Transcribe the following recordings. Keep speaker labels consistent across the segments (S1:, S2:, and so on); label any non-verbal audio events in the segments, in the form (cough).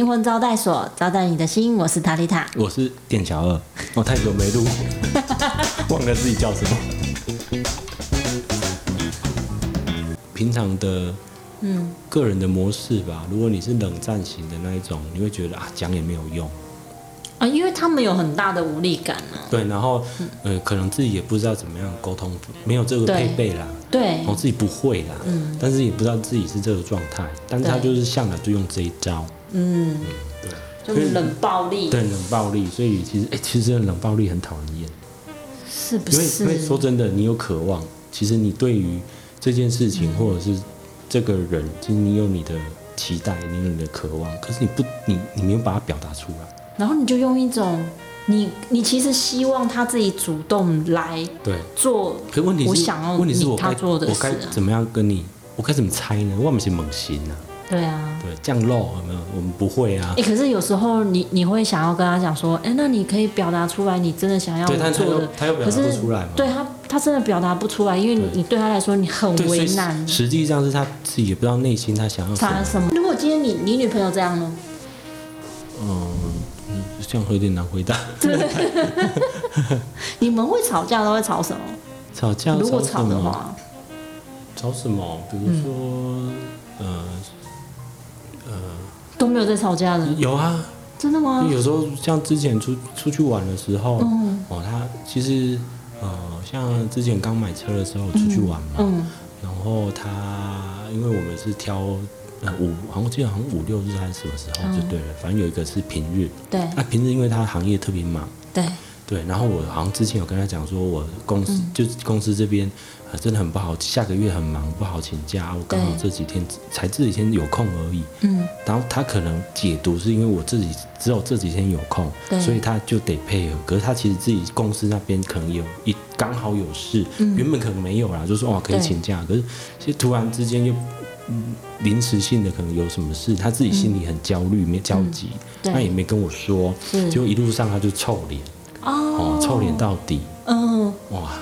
S1: 灵魂招待所，招待你的心。我是塔丽塔。
S2: 我是店小二，我太久
S1: (laughs)
S2: 没录，忘了自己叫什么。平常的，嗯，个人的模式吧。如果你是冷战型的那一种，你会觉得啊，讲也没有用。
S1: 啊，因为他们有很大的无力感啊。
S2: 对，然后，呃，可能自己也不知道怎么样沟通，没有这个
S1: 对嗯
S2: 配备啦，哦
S1: 对
S2: 我、，自己不会啦，但是也不知道自己是这个状态，但是他
S1: 对
S2: 就是向来就用这一招，
S1: 嗯，
S2: 对。
S1: 就是冷暴力，
S2: 对冷暴力，所以其实哎、其实冷暴力很讨人厌。
S1: 是不
S2: 因为因为
S1: 是？
S2: 说真的，你有渴望，其实你对于这件事
S1: 嗯
S2: 情或者是这个人，就是你有你的期待，你有你的渴望，可是你不，你你没有把它表达出来。
S1: 然后你就用一种，你你其实希望他自己主动来
S2: 对，
S1: 做，
S2: 可问题是，
S1: 我想要
S2: 问题是
S1: 你
S2: 我该
S1: 他做的
S2: 我
S1: 事
S2: 该
S1: 啊
S2: 怎么样跟你，我该怎么猜呢？我们是猛行啊，
S1: 对啊。
S2: 对，酱肉有没有？我们不会啊
S1: 哎、。可是有时候你你会想要跟他讲说，哎、那你可以表达出来，你真的想要
S2: 对，但是他
S1: 做
S2: 又
S1: 的，
S2: 他又表
S1: 可
S2: 达不
S1: 是
S2: 出来嘛。
S1: 对他他真的表达不出来，因为你
S2: 对
S1: 你对他来说你很
S2: 对，所
S1: 为
S2: 以
S1: 难。
S2: 实际上是他自己也不知道内心他想要什
S1: 他
S2: 么。
S1: 什么？如果今天你你女朋友这样呢？
S2: 嗯，嗯这样会有点难回答。
S1: 你们会吵架都会吵什么？
S2: 吵架
S1: 如果
S2: 什
S1: 吵的
S2: 么
S1: 话，
S2: 找什么？比如说，呃，
S1: 都没有在吵架的，
S2: 有啊，
S1: 真的吗？
S2: 有时候像之前出出去玩的时候，
S1: 嗯
S2: 哦，他其实呃，像之前刚买车的时候出去玩嘛，
S1: 嗯，
S2: 然后他因为我们是挑呃五，好像我记得好像五六日还是什么时候就对了，
S1: 嗯
S2: 反正有一个是平日，
S1: 对
S2: 那、平日因为他行业特别忙，
S1: 对，
S2: 对，然后我好像之前有跟他讲说，我公司、
S1: 嗯
S2: 就是公司这边、呃、真的很不好，下个月很忙，不好请假，啊我刚好
S1: 对
S2: 这几天才这几天有空而已。
S1: 嗯，
S2: 然后他可能解读是因为我自己只有这几天有空
S1: 对，
S2: 所以他就得配合。可是他其实自己公司那边可能有一刚好有事，原本可能没有啦，就说哦可以
S1: 嗯对
S2: 请假，可是其实突然之间又。嗯临时性的可能有什么事，他自己心里很焦虑，没焦急，
S1: 嗯对
S2: 那也没跟我说，
S1: 是
S2: 就一路上他就臭脸，
S1: 哦，
S2: 哦，臭脸到底，
S1: 嗯，
S2: 哇！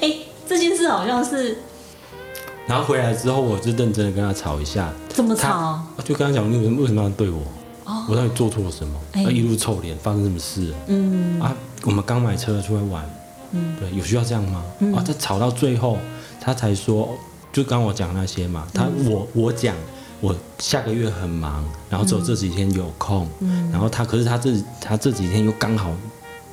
S1: 哎、这件事好像是
S2: 然后回来之后，我就认真的跟他吵一下，
S1: 怎么啊吵
S2: 他？啊就跟他讲，你为什么为什么要对我？我到底做错了什么？
S1: 哎
S2: 他一路臭脸，发生什么事了？
S1: 嗯，
S2: 啊，我们刚买车出来玩，对，有需要这样吗？
S1: 嗯
S2: 啊，他吵到最后，他才说，就刚我讲那些嘛，他
S1: 嗯
S2: 我我讲。我下个月很忙，然后
S1: 嗯
S2: 只有这几天有空，然后他可是他这他这几天又刚好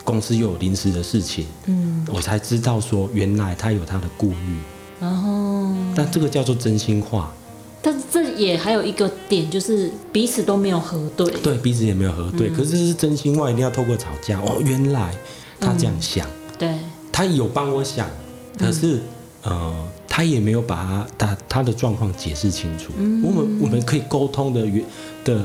S2: 公司又有临时的事情，
S1: 嗯，
S2: 我才知道说原来他有他的顾虑，
S1: 然后，
S2: 但这个叫做真心话，
S1: 但是这也还有一个点，就是彼此都没有核对，
S2: 对彼此也没有核
S1: 嗯
S2: 对，可是这是真心话，一定要透过吵架。哦，原来他这样想，
S1: 对
S2: 他有帮我想，
S1: 嗯
S2: 可是、呃，他也没有把他他他的状况解释清楚。
S1: 嗯
S2: 我们我们可以沟通的原的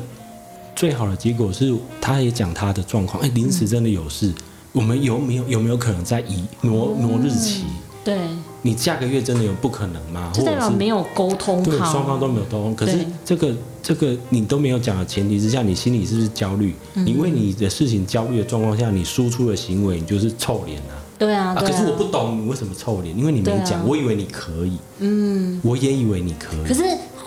S2: 最好的结果是，他也讲他的状况，哎、临
S1: 嗯
S2: 时真的有事，我们有没有有没有可能在移
S1: 哦
S2: 挪挪日期？
S1: 对，
S2: 你下个月真的有不可能吗？
S1: 就
S2: 或
S1: 代
S2: 者
S1: 表
S2: 是
S1: 没有沟通
S2: 对，
S1: 好，
S2: 双方都没有沟通。可是
S1: 对
S2: 这个这个你都没有讲的前提之下，你心里是不是焦虑？
S1: 嗯
S2: 你为你的事情焦虑的状况下，你输出的行为，你就是臭脸啊！
S1: 对啊，对啊
S2: 可是我不懂你为什么臭脸，因为你没
S1: 对啊
S2: 讲，我以为你可以，嗯，我也以为你可
S1: 可
S2: 以，
S1: 是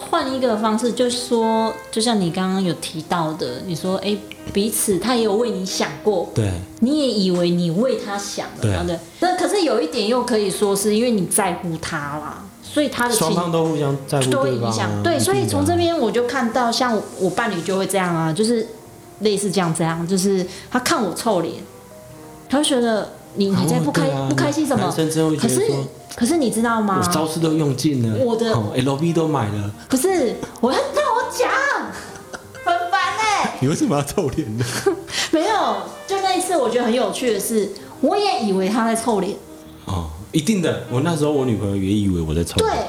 S1: 换一个方式，就是说，就像你刚刚有提到的，你说，哎、彼此他也有为你想过，
S2: 对
S1: 你也以为你为他想了，
S2: 对
S1: 对
S2: 啊
S1: 不对？那可是有一点又可以说是因为你在乎他啦，所以他的情
S2: 双方都互相在乎
S1: 都会
S2: 对
S1: 影
S2: 方
S1: 响
S2: 啊。
S1: 对，
S2: 一定的
S1: 所以从
S2: 啊
S1: 这边我就看到，像我我伴侣就会这样啊，就是类似这样这样，就是他看我臭脸，他会觉得你你在不开、
S2: 哦对啊
S1: 不开心什么
S2: 男？生真的会觉
S1: 可
S2: 得
S1: 是
S2: 说，
S1: 可是你知道吗
S2: 我？招式都用尽了，
S1: 我的
S2: 哦 LV 都买了，
S1: 不是，我要让我讲，很烦哎、
S2: (laughs) 你为什么要臭脸
S1: (laughs)
S2: 呢？
S1: 没有，就那一次我觉得很有趣的是，我也以为他在臭脸，
S2: 哦，一定的，我那时候我女朋友也以为我在臭
S1: 对
S2: 脸。，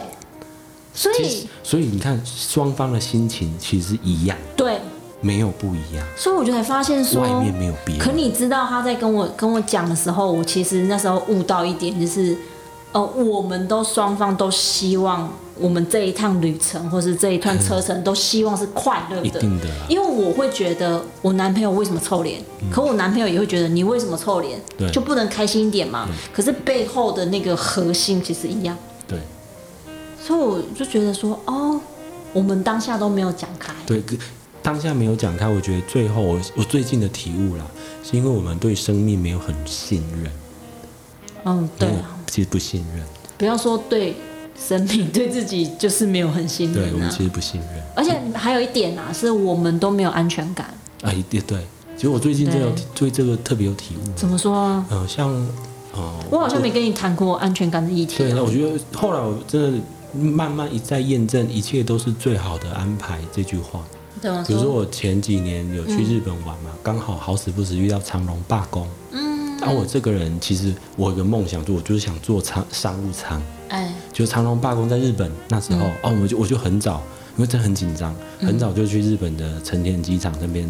S1: 所
S2: 其实
S1: 以，
S2: 所以你看，双方的心情其实一样，
S1: 对，
S2: 没有不一样，
S1: 所以我就才发现说，
S2: 外面没有别
S1: 哦可
S2: 人。
S1: 你知道他在跟我跟我讲的时候，我其实那时候悟到一点，就是，呃，我们都双方都希望我们这一趟旅程或是这一趟车程都希望是快乐的，
S2: 一定的啊啦
S1: 因为我会觉得我男朋友为什么臭脸，可我男朋友也会觉得你为什么臭脸
S2: 嗯对，嗯
S1: 就不能开心一点嘛？可是背后的那个核心其实一样，
S2: 对，
S1: 所以我就觉得说，哦，我们当下都没有讲开。
S2: 对，可当下没有讲开，我觉得最后我我最近的体悟啦，是因为我们对生命没有很信任，
S1: 嗯，对
S2: 没有
S1: 啊，
S2: 其实不信任，
S1: 不要说对生命， (laughs) 对自己就是没有很信
S2: 对我
S1: 任
S2: 们
S1: 啊
S2: 其。实不信任。
S1: 而且还有一点啊，是我们都没有安全感。
S2: 啊，也也对。其实我最近真的有
S1: 对
S2: 对这个特别有体悟。
S1: 怎么说啊？
S2: 呃，像呃，
S1: 我好像没跟你谈过安全感的议题
S2: 对，
S1: 啊、
S2: 那我觉得后来我真的慢慢一再验证，一切都是最好的安排这句话。
S1: 怎么
S2: 比如说我前几年有去日本玩嘛，刚好好死不死遇到长隆罢工。
S1: 嗯，
S2: 但我这个人其实我有个梦想，就我就是想做商商务舱。
S1: 哎，
S2: 就长隆罢工在日本那时候，哦，我就我就很早，因为真的很紧张，很早就去日本的成田机场那边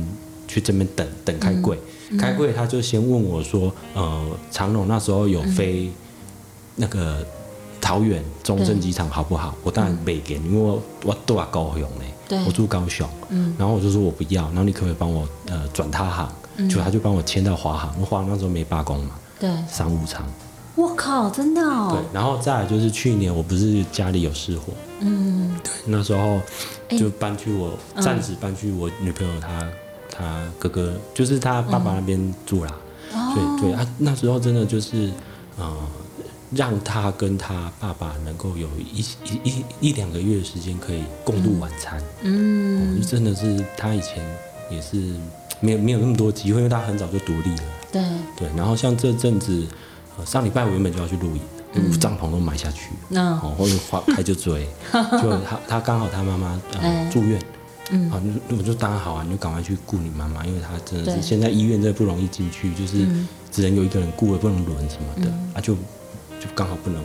S2: 去这边等等开柜，开柜他就先问我说，呃，长隆那时候有飞那个桃园中正机场好不好？我当然没给，因为我我住啊高雄
S1: 对
S2: 呢，我住高雄，
S1: 嗯
S2: 然后我就说我不要，然后你可不可以帮我呃转他行？
S1: 嗯
S2: 就他就帮我签到华航，因为华航那时候没罢工嘛，
S1: 对，
S2: 商务舱。
S1: 我靠，真的
S2: 对
S1: 哦，，
S2: 然后再来就是去年我不是家里有失火，
S1: 嗯，
S2: 那时候
S1: 哎
S2: 就搬去我
S1: 嗯
S2: 暂时搬去我女朋友她她哥哥，就是她爸爸那边住啦。
S1: 嗯哦
S2: 对对啊，那时候真的就是呃，让她跟她爸爸能够有一一一一两个月的时间可以共度晚餐，
S1: 嗯，
S2: 嗯、真的是她以前也是没有没有那么多机会，因为她很早就独立了。
S1: 对，
S2: 对，然后像这阵子，呃上礼拜我原本就要去露营，
S1: 嗯
S2: 帐篷都买下去了。
S1: 那
S2: 哦，或者花开
S1: (laughs)
S2: 就追，就他他刚好他妈妈
S1: 哎
S2: 呃住院，
S1: 嗯
S2: 啊，那我就当然好啊，你就赶快去顾你妈妈，因为她真的
S1: 对嗯
S2: 是现在医院真的不容易进去，就是只能有一个人顾，也不能轮什么的，啊就就刚好不能。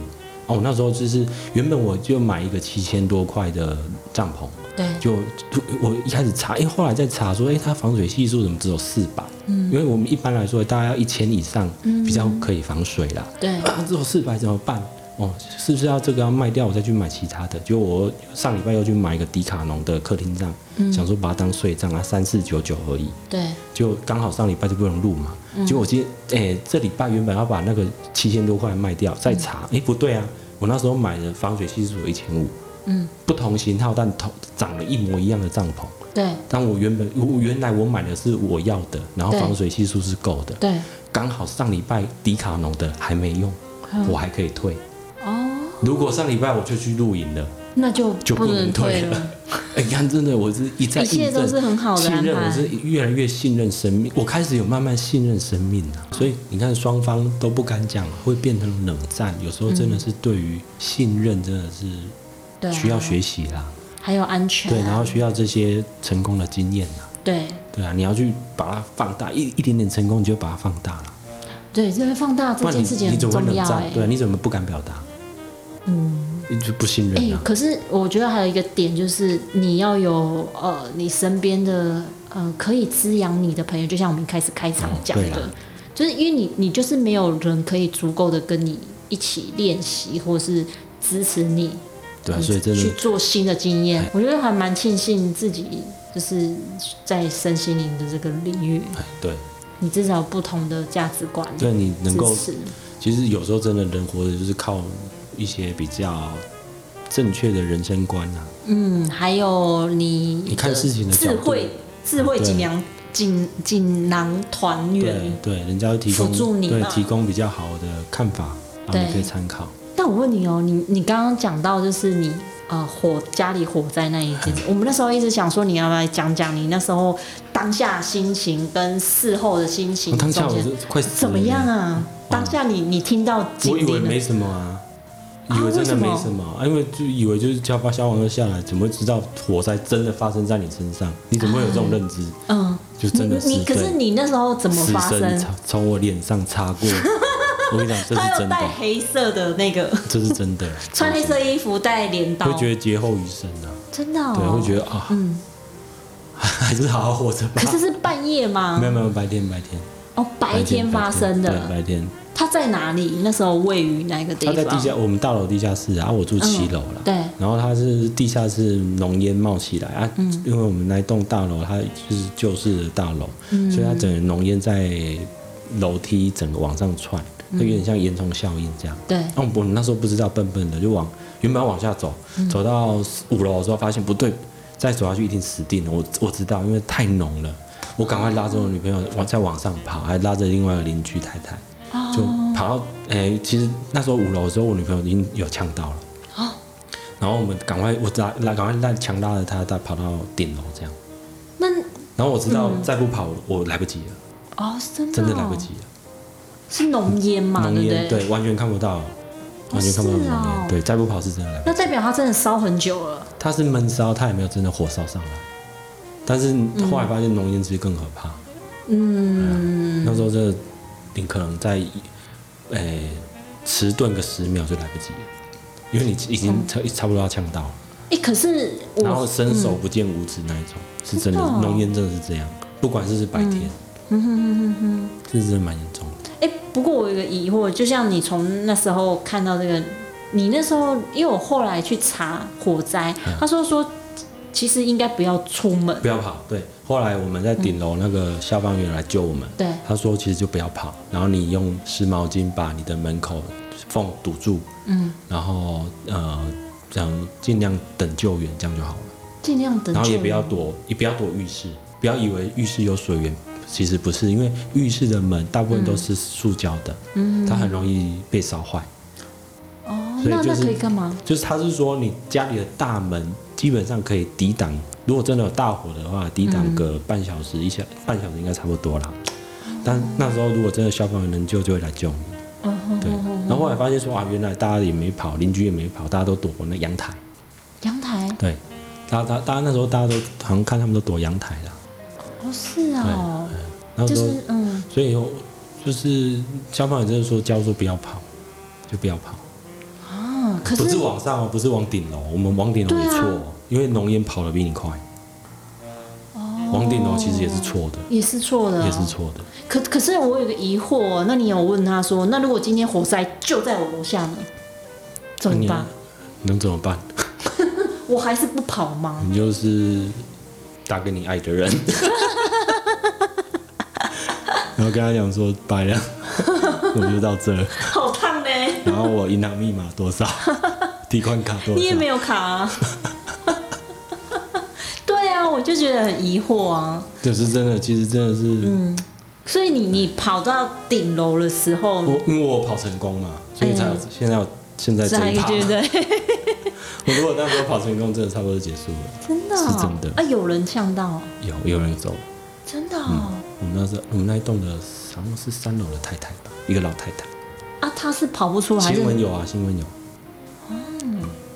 S2: 哦，我那时候就是原本我就买一个七千多块的帐篷，
S1: 对，
S2: 就就我一开始查，因为后来再查说，哎、它防水系数怎么只有四百？嗯，因为我们一般来说大概要一千以上比较可以防水啦。
S1: 对，
S2: 啊，只有四百怎么办？哦，是不是要这个要卖掉，我再去买其他的？就我上礼拜又去买一个迪卡侬的客厅帐，想说把它当睡帐啊，三四九九而已。
S1: 对，
S2: 就刚好上礼拜就不能录嘛，
S1: 嗯
S2: 结果我今天诶、这礼拜原本要把那个七千多块卖掉，再查诶、不对啊，我那时候买的防水系数有一千五，
S1: 嗯，
S2: 不同型号但同长得一模一样的帐篷，
S1: 对，
S2: 但我原本我原来我买的是我要的，然后
S1: 对
S2: 防水系数是够的，
S1: 对，
S2: 刚好上礼拜迪卡侬的还没用，我还可以退。
S1: 嗯哦，
S2: 如果上礼拜我就去露营了，
S1: 那就
S2: 就不能
S1: 能
S2: 退
S1: 了，
S2: 哎、你看真的，我是一再
S1: 一切
S2: 印证
S1: 都是很好的
S2: 信
S1: 安
S2: 任，我
S1: 排
S2: 是，越来越信任生命，我开始有慢慢信任生命了、所以你看，双方都不敢讲，会变成冷战。有时候真的是对于信任，真的是
S1: 对啊，啊
S2: 需要学习啦，
S1: 还有安全，
S2: 对，然后需要这些成功的经验啦，
S1: 对
S2: 对啊，你要去把它放大，一一点点成功你就把它放大了，
S1: 对，因为放大这
S2: 不然
S1: 件
S2: 你
S1: 事情
S2: 你
S1: 很
S2: 怎么会
S1: 重
S2: 冷
S1: 要
S2: 战
S1: 哎？，
S2: 对啊，你怎么不敢表达？嗯，就不信
S1: 哎、
S2: 任啊。
S1: 可是我觉得还有一个点就是，你要有呃，你身边的呃可以滋养你的朋友，就像我们一开始开场
S2: 哦
S1: 讲
S2: 对
S1: 的，
S2: 啦
S1: 就是因为你你就是没有人可以足够的跟你一起练习，或是支持你，
S2: 对啊，
S1: 你
S2: 所以真的
S1: 哎
S2: 哎
S1: 去做新的经验。我觉得还蛮庆幸自己就是在身心灵的这个领域，
S2: 哎，对，
S1: 你至少有不同的价值观
S2: 对你能够
S1: 支持，
S2: 其实有时候真的人活着就是靠一些比较正确的人生观啊，
S1: 嗯，还有你
S2: 你看事情的角
S1: 智
S2: 度
S1: 慧，智慧
S2: 对
S1: 锦囊锦锦囊团
S2: 对
S1: 圆。
S2: 对，人家会提供
S1: 辅助你
S2: 对
S1: 嘛
S2: 提供比较好的看法，然后
S1: 对
S2: 你可以参考。
S1: 但我问你哦，你你刚刚讲到就是你呃火家里火灾那一件
S2: (laughs)
S1: 事，我们那时候一直想说你要不要讲讲你那时候当下心情跟事后的心情
S2: 我
S1: 中
S2: 哦当下
S1: 间、
S2: 我是快死了
S1: 嗯怎么样啊？当下你你听到
S2: 我
S1: 警
S2: 以为
S1: 铃
S2: 没
S1: 了，
S2: 什么啊，
S1: 啊
S2: 以为真的没
S1: 为
S2: 什
S1: 什
S2: 么，啊因为就以为就是消防消防车下来，怎么会知道火灾真的发生在你身上？你怎么会有这种认知？
S1: 嗯，
S2: 就
S1: 你
S2: 真的是
S1: 你可是
S2: 对
S1: 你那时候怎么
S2: 死
S1: 发
S2: 神
S1: 生？
S2: 擦从我脸上擦
S1: (laughs)
S2: 过，我跟你讲，这
S1: 他
S2: 是
S1: 有
S2: 真
S1: 带
S2: 的，
S1: 黑色的那个，
S2: 这是真的，
S1: 穿黑色衣服，带镰刀，
S2: 会觉得劫后余生啊。
S1: 真的、哦，
S2: 对，会觉得啊，还是好好活着吧
S1: 可。是是半夜吗
S2: 没？有没有，白天白天，
S1: 哦，白天发生
S2: 白天对，
S1: 的。
S2: 白天。
S1: 他在哪里？那时候位于哪个地
S2: 他
S1: 方？
S2: 在地下，我们大楼地下室啊，我住七楼了
S1: 嗯。对
S2: 然后他是地下室浓烟冒起来啊，
S1: 嗯
S2: 因为我们那一栋大楼它就是旧式的大楼，
S1: 嗯
S2: 所以它整个浓烟在楼梯整个往上窜，它
S1: 嗯
S2: 有点像烟囱效应这样。
S1: 对
S2: 那我
S1: 嗯
S2: 们我们那时候不知道，笨笨的就往原本要往下走，走到五楼的时候发现不对，再走下去一定死定了。我我知道，因为太浓了，我赶快拉着我女朋友往再往上跑，还拉着另外一个邻居太太，
S1: 哦
S2: 就跑到诶、其实那时候五楼的时候，我女朋友已经有呛到了。
S1: 哦
S2: 然后我们赶快，我拉拉赶快拉强拉着她，再跑到顶楼这样。
S1: 那
S2: 然后我知
S1: 嗯
S2: 道再不跑，我来不及了，
S1: 哦，真的
S2: 真的
S1: 哦
S2: 来不及了。
S1: 是浓烟嘛，
S2: 浓
S1: 哦啊对
S2: 烟
S1: 不对？
S2: 对，完全看不到，完全看不到浓
S1: 是哦
S2: 烟。对，再不跑是真的来不及。
S1: 那代表它真的烧很久了。
S2: 它是闷烧，它也没有真的火烧上来。但是后来发现浓烟其实更可怕。嗯，那时候这你可能在，诶、迟钝个十秒就来不及了，因为你已经差差不多要呛到了，
S1: 哎，可是
S2: 然后
S1: 我
S2: 伸手不见五指那一种，是真
S1: 真的
S2: 的
S1: 哦嗯
S2: 浓烟真的是这样，不管是不是白天，这真的蛮严重的。
S1: 哎，不过我有一个疑惑，就像你从那时候看到这个，你那时候因为我后来去查火灾，他说说其实应该不要出门，
S2: 嗯不要跑，对。后来我们在顶楼那个消防员来救我们，
S1: 对，
S2: 他说其实就不要跑，然后你用湿毛巾把你的门口缝堵住，
S1: 嗯，
S2: 然后呃，这样尽量等救援，这样就好了。
S1: 尽量等。
S2: 然后也不要，躲，也不要躲浴室，不要以为浴室有水源，其实不是，因为浴室的门大部分都是塑胶的，嗯，它很容易被烧坏。
S1: 哦，
S2: 所以
S1: 那
S2: 就
S1: 那
S2: 是
S1: 可以干嘛？
S2: 就是他是说你家里的大门基本上可以抵挡，如果真的有大火的话，抵挡个半小时一小
S1: 嗯
S2: 半小时应该差不多啦。但那时候如果真的消防员能救，就会来救你。对，然后后来发现说啊，原来大家也没跑，邻居也没跑，大家都躲那阳台。
S1: 阳台？
S2: 对，大家大家大家那时候大家都好像看他们都躲阳台啦。
S1: 哦，是哦，
S2: 那
S1: 就
S2: 时候，
S1: 是嗯，
S2: 所以有就是消防员真的说，叫说不要跑，就不要跑。
S1: 嗯，可
S2: 不是
S1: 是
S2: 往上哦，不是往顶楼，我们往顶楼也错、
S1: 对啊
S2: 哦，因为浓烟跑得比你快。哦，往顶楼其实也是错的，
S1: 也是错的哦，
S2: 也是错的。
S1: 可可是我有个疑惑哦、那你有问他说，那如果今天火灾就在我楼下呢，怎
S2: 那
S1: 么
S2: 啊你
S1: 办？
S2: 能怎么办？
S1: 我还是不跑
S2: (laughs)
S1: 吗？
S2: 你就是打给你爱的
S1: (laughs)
S2: 人，然后跟他讲说
S1: (laughs)
S2: 拜了，我就到这了。
S1: 好烫呢，
S2: 然后我银行密码多
S1: (laughs)
S2: 少，提款卡多
S1: 你也
S2: 少
S1: 没，有卡、啊。 (laughs) 对啊，我就觉得很疑惑啊。
S2: 就是真的，其实真的是。
S1: 嗯所以你你跑到顶楼的时候，
S2: 我因为我跑成功嘛，所以才有
S1: 嗯
S2: 现在有现在这
S1: 再
S2: 一
S1: 一
S2: 趴。
S1: 句对，
S2: (laughs) 我如果那时候跑成功，真的差不多就结束了。
S1: 真的、哦，
S2: 是真
S1: 啊，
S2: 的
S1: 有人呛到哦，
S2: 有有人走，
S1: 真的、哦
S2: 我们那时候我们那一栋的好像是三楼的太太吧，一个老太太。
S1: 啊，他是跑不出来，还
S2: 新闻
S1: 是
S2: 有啊，新闻有。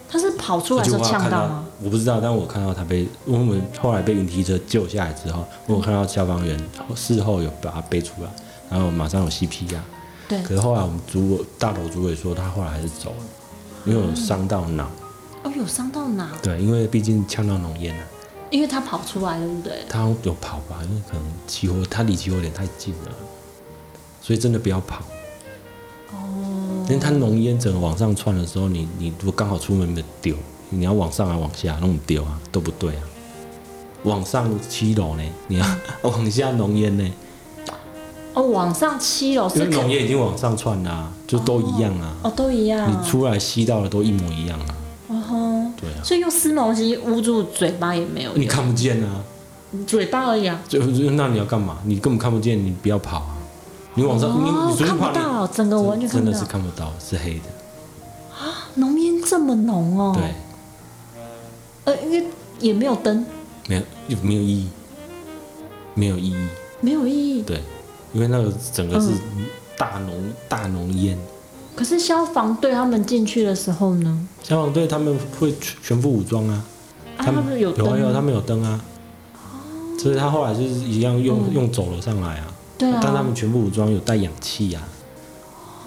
S1: 他是跑出来
S2: 就
S1: 时
S2: 我
S1: 候
S2: 有
S1: 呛
S2: 看
S1: 到
S2: 到
S1: 吗？，
S2: 我不知道，但我看到她被我们后来被云梯车救下来之后，我有看到消防员事后有把她背出来，然后马上有 CPR。
S1: 对，
S2: 可是后来我们主委大楼主委说，他后来还是走了，因为有伤到脑。
S1: 哦，有伤到哪？
S2: 对，因为毕竟呛到浓烟了。
S1: 因为他跑出来了，对不对？
S2: 他有跑吧，因为可能起火，他离起火点太近了，所以真的不要跑。哦。因为他浓烟整个往上窜的时候，你你如果刚好出门没丢，你要往上啊往下那种丢啊都不对啊。往上七楼呢，
S1: (laughs)
S2: 你要往下浓烟呢，
S1: 哦，往上七楼
S2: 因
S1: 是
S2: 为
S1: 可
S2: 浓烟已经往上窜啦、就都一样啊。
S1: 哦，都一样。
S2: 你出来吸到的都一模一样啊，
S1: 嗯哼，
S2: 对啊，
S1: 所以用湿毛巾捂住嘴巴也没有
S2: 你
S1: 用，
S2: 看不见啊。
S1: 嘴巴而已啊。
S2: 就就那你要干嘛？你根本看不见，你不要跑啊！你往上，你
S1: 哦
S2: 你，随
S1: 看
S2: 便跑，
S1: 不
S2: 你
S1: 到，整个完全看
S2: 真
S1: 不
S2: 的是
S1: 到。
S2: 看不到，是黑的。
S1: 浓烟这么浓哦。
S2: 对，，
S1: 呃，因为也没有灯，
S2: 没有有没有意义，没有意义。
S1: 没有意义。
S2: 对，因为那个整个是
S1: 嗯
S2: 大浓、大浓烟。
S1: 可是消防队他们进去的时候呢，
S2: 消防队他们会全全副武装啊，
S1: 啊，他们有
S2: 有啊有啊，
S1: 灯
S2: 他
S1: 吗，
S2: 们有灯啊。所以他后来就是一样用、用走了上来啊，
S1: 对啊，哦
S2: 但他们全副武装，有带氧气啊，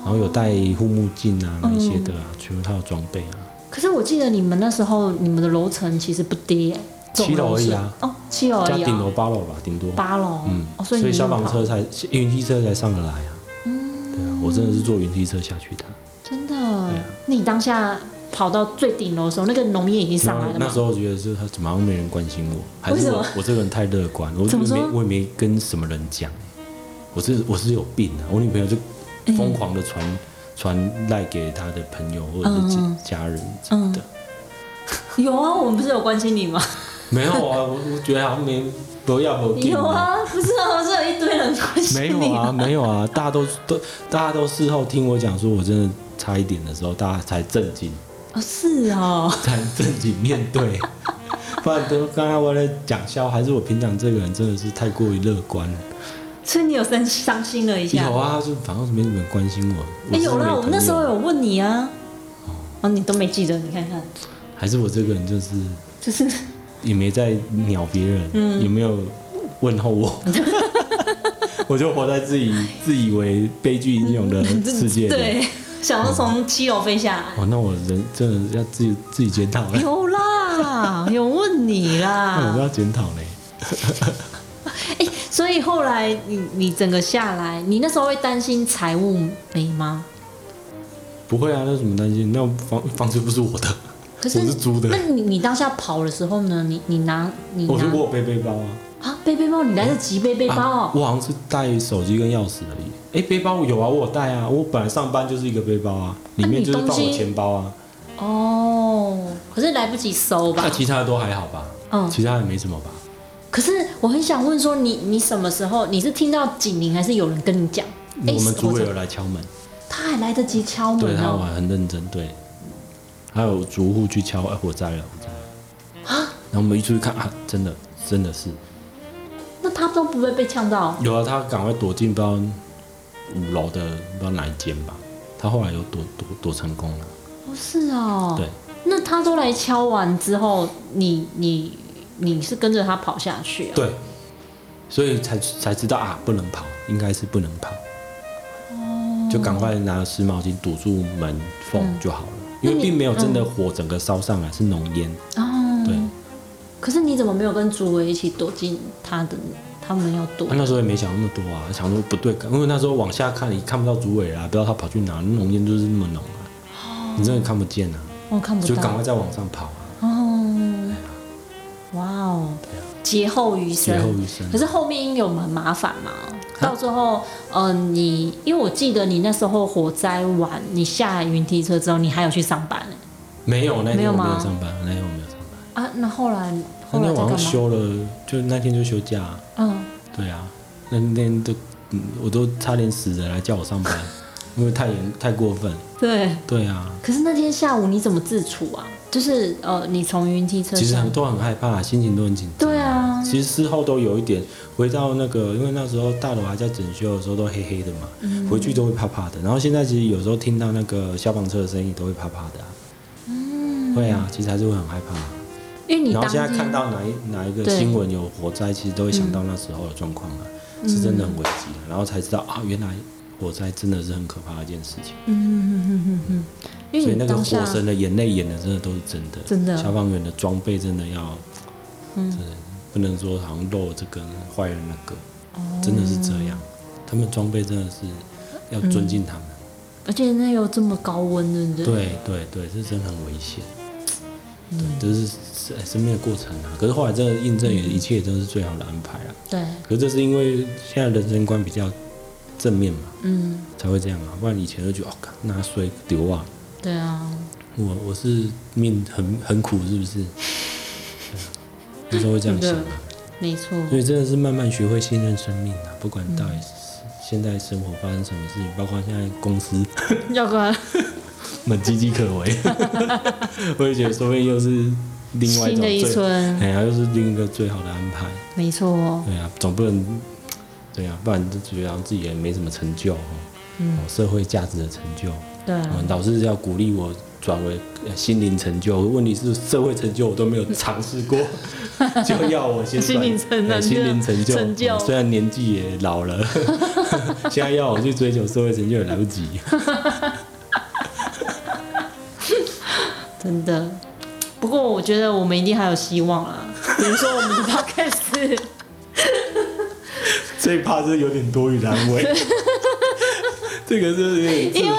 S2: 然后有戴护目镜啊那一些的啊，
S1: 嗯
S2: 全部他有装备啊。
S1: 可是我记得你们那时候你们的楼层其实不低耶，
S2: 七楼而已啊
S1: 总楼层，哦，七楼而
S2: 加
S1: 已
S2: 顶楼
S1: 啊，
S2: 八楼吧，顶多。
S1: 八楼，
S2: 嗯
S1: 哦，，所
S2: 所
S1: 以你
S2: 以
S1: 们
S2: 消防
S1: 跑
S2: 车才云梯车才上得来啊。
S1: 嗯
S2: 对啊，我真的是坐云梯车下去的。
S1: 真的，
S2: 啊
S1: 那你当下跑到最顶楼的时候，那个浓烟已经上来了
S2: 那
S1: 吗
S2: 时？候我觉得是他怎么好像没人关心我，还
S1: 为
S2: 是
S1: 什
S2: 我
S1: 么
S2: 我这个人太乐观，我
S1: 怎么
S2: 也
S1: 说
S2: 没我也没跟什么人讲、我是我是有病啊！我女朋友就
S1: 嗯
S2: 疯狂的传传赖给她的朋友或者
S1: 嗯
S2: 是
S1: 嗯
S2: 家家人什么的，
S1: 有啊，我们不是有关心你吗？
S2: 没有啊，我我觉得好像没不要不
S1: 有啊，不是啊，我是有一堆人关心
S2: 没
S1: 你、
S2: 有啊，没有啊，大家都都大家都事后听我讲说我真的差一点的时候，大家才震惊，
S1: 哦，是哦，
S2: 才正经面对。 (laughs) 不然都刚才我在讲笑，还是我平常这个人真的是太过于乐观了。
S1: 所以你有伤伤心了一下。
S2: 有啊，就反正没什么人关心我。
S1: 哎、
S2: 我
S1: 有啦，
S2: 了，
S1: 我们那时候有问你啊，哦，你都没记得，你看看，
S2: 还是我这个人就是
S1: 就是
S2: 也没在鸟别人，
S1: 嗯
S2: 也没有问
S1: (laughs)
S2: 候我，我就活在自己自以为悲剧英
S1: (laughs)
S2: 雄的呃世界里。
S1: 对，想说从七楼飞下来，
S2: 哦，那我人真的要自己自己检讨了，
S1: 有啦，有问你
S2: 那我
S1: 啦
S2: (laughs) 都，要检讨嘞。
S1: 哎、所以后来你你整个下来，你那时候会担心财务没吗？
S2: 不会啊，那有什么担心？那房房子又不是我的，
S1: 可是
S2: 我是租的
S1: 那你你当下跑的时候呢？你你拿你
S2: 我
S1: 拿
S2: 是我有背背包啊。
S1: 啊背背包，你来得及背背包
S2: 啊
S1: 哦。
S2: 我好像是带手机跟钥匙而已。哎，背包有啊，我有带啊。我本来上班就是一个背包啊，里面就是放
S1: 那你东
S2: 我
S1: 西
S2: 钱包啊。
S1: 哦，可是来不及收吧
S2: 那？其他的都还好吧？
S1: 嗯，
S2: 其他的没什么吧？
S1: 可是我很想问说你，你什么时候你是听到警铃，还是有人跟你讲？哎
S2: 我们主委
S1: 这
S2: 有来敲门，
S1: 他还来得及敲
S2: 对
S1: 门
S2: 他
S1: 哦、
S2: 玩很认真，对。还有主户去敲，哎，火灾了，火灾了。然后我们一出去看啊，真的，真的是
S1: 那他都不会被呛到？
S2: 有啊，他赶快躲进不知道五楼的不知道哪一间吧，他后来有躲躲躲成功了。
S1: 不是哦、
S2: 对，
S1: 那他都来敲完之后，你你你是跟着他跑下去、啊？
S2: 对，所以才才知道啊，不能跑，应该是不能跑，
S1: 哦
S2: 就赶快拿湿毛巾堵住门缝就好了，
S1: 那
S2: 因
S1: 你
S2: 为并没有真的火整个烧上来，是浓烟。
S1: 哦，
S2: 对，
S1: 可是你怎么没有跟竹围一起躲进他的？他们要躲
S2: 啊、那时候也没想那么多啊，想说不对，因为那时候往下看，你看不到主尾啊，不知道他跑去哪，那浓烟就是那么浓啊，你真的看不见啊，
S1: 我、哦看哦不
S2: 就赶
S1: 到
S2: 快。再往上跑啊，
S1: 哦，哇哦，劫后余生。
S2: 劫后余生
S1: 可是后面有蛮麻烦嘛，到最后，呃，你因为我记得你那时候火灾完，你下来云梯车之后，你还有去上班呢
S2: 没有那
S1: 没有
S2: 天我没
S1: 吗
S2: 有上班，那天我没有上班，
S1: 啊？那后来后来
S2: 那天
S1: 在
S2: 晚上
S1: 干嘛？
S2: 休了，就那天就休假啊、
S1: 嗯，
S2: 对啊，那那天都嗯我都差点死人来叫
S1: (laughs)
S2: 我上班，因为太严太过分。
S1: 对。
S2: 对啊，
S1: 可是那天下午你怎么自处啊？就是呃，你从云梯车
S2: 其实
S1: 下
S2: 很多很害怕，心情都很紧张。
S1: 对啊
S2: 其实事后都有一点，回到那个，因为那时候大楼还啊在整修的时候都黑黑的嘛，
S1: 嗯
S2: 回去都会怕怕的。然后现在其实有时候听到那个消防车的声音都会怕怕的、啊。嗯，会啊，其实还是会很害怕、
S1: 因为你
S2: 然
S1: 当
S2: 后现在看
S1: 天
S2: 到哪一哪一个
S1: 对
S2: 新闻有火灾，其实都会想到那时候的状况啊，是真的很危急的、然后才知道啊，原来火灾真的是很可怕的一件事情。
S1: 嗯因
S2: 所
S1: 为
S2: 以那
S1: 你
S2: 个
S1: 当
S2: 火
S1: 下
S2: 神的眼泪演的真的都是真的，
S1: 真的嗯
S2: 消防员的装备真的要，真的不能说好像漏了这个坏了那个，
S1: 哦
S2: 真的是这样，他们装备真的是要尊敬他们。
S1: 而且那又这么高温，对不对？
S2: 对对对，这真的很危险。
S1: 嗯
S2: 对，这是哎生命的过程啊。可是后来真的印证，也
S1: 嗯
S2: 一切都是最好的安排啊。
S1: 对，
S2: 可是这是因为现在人生观比较正面嘛，
S1: 嗯，
S2: 才会这样啊。不然以前就觉得哦，干那衰丢啊，
S1: 对啊，
S2: 我我是命很很苦，是不是？对 (laughs) 啊那时候会这样想、啊，
S1: 没错，
S2: 所以真的是慢慢学会信任生命啊。不管到底是现在生活发生什么事情，包括现在公司
S1: 要不然
S2: 们岌岌可危， (laughs) 我也觉得说不定又是另外
S1: 新
S2: 一种
S1: 的
S2: 最
S1: 一村，
S2: 哎呀，又是另一个最好的安排。
S1: 没错，
S2: 对啊，总不能对啊，不然就觉得好像自己也没什么成就哦，
S1: 嗯
S2: 哦社会价值的成就。
S1: 对啊，
S2: 我老师要鼓励我转为呃心灵成就，问题是社会成就我都没有尝试
S1: (laughs)
S2: 过，就要我先转
S1: 心灵成就
S2: 呃心灵成就
S1: 成就
S2: 嗯虽然年纪也老
S1: (laughs)
S2: 了，现在要我去追求社会成就也来不及。
S1: 真的。不过我觉得我们一定还有希望啦，
S2: (laughs)
S1: 比如说我们的 podcast，
S2: 最怕是有点多余的安慰，
S1: (laughs)
S2: 这个是有点自
S1: 因为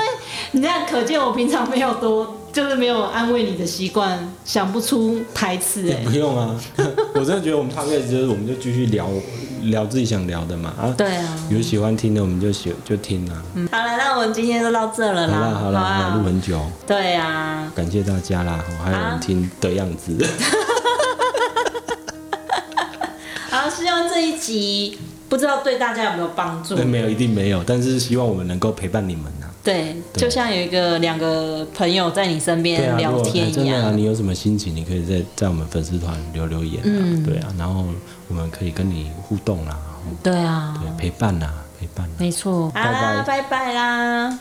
S1: 你这样可见我平常没有多，就是没有安慰你的习惯，想不出台词
S2: 也
S1: 哎、
S2: (laughs) 不用啊，我真的觉得我们 p o d 就是我们就继续聊聊自己想聊的嘛啊，
S1: 对啊，
S2: 有喜欢听的我们就喜就听啊，
S1: 好了，那我们今天就到这了
S2: 好
S1: 啦，
S2: 啦好啦，好啦录
S1: 嗯啊，
S2: 很久。
S1: 对啊，啊
S2: 感谢大家啦，哦还有人听的样子。
S1: 好，希望这一集不知道对大家有没有帮助
S2: 对，。 (laughs) 没有一定没有，但是希望我们能够陪伴你们啊。
S1: 对，
S2: 对
S1: 就像有一个两个朋友在你身
S2: 对
S1: 边
S2: 啊，如
S1: 聊
S2: 果
S1: 天
S2: 真
S1: 一
S2: 的啊，
S1: 样。
S2: 你有什么心情，你可以在在我们粉丝团留留言啊，
S1: 嗯
S2: 对啊，然后我们可以跟你互动啦，然后
S1: 对啊，
S2: 对陪伴啦，陪伴啦。啊
S1: 没错。好啦，拜拜啦。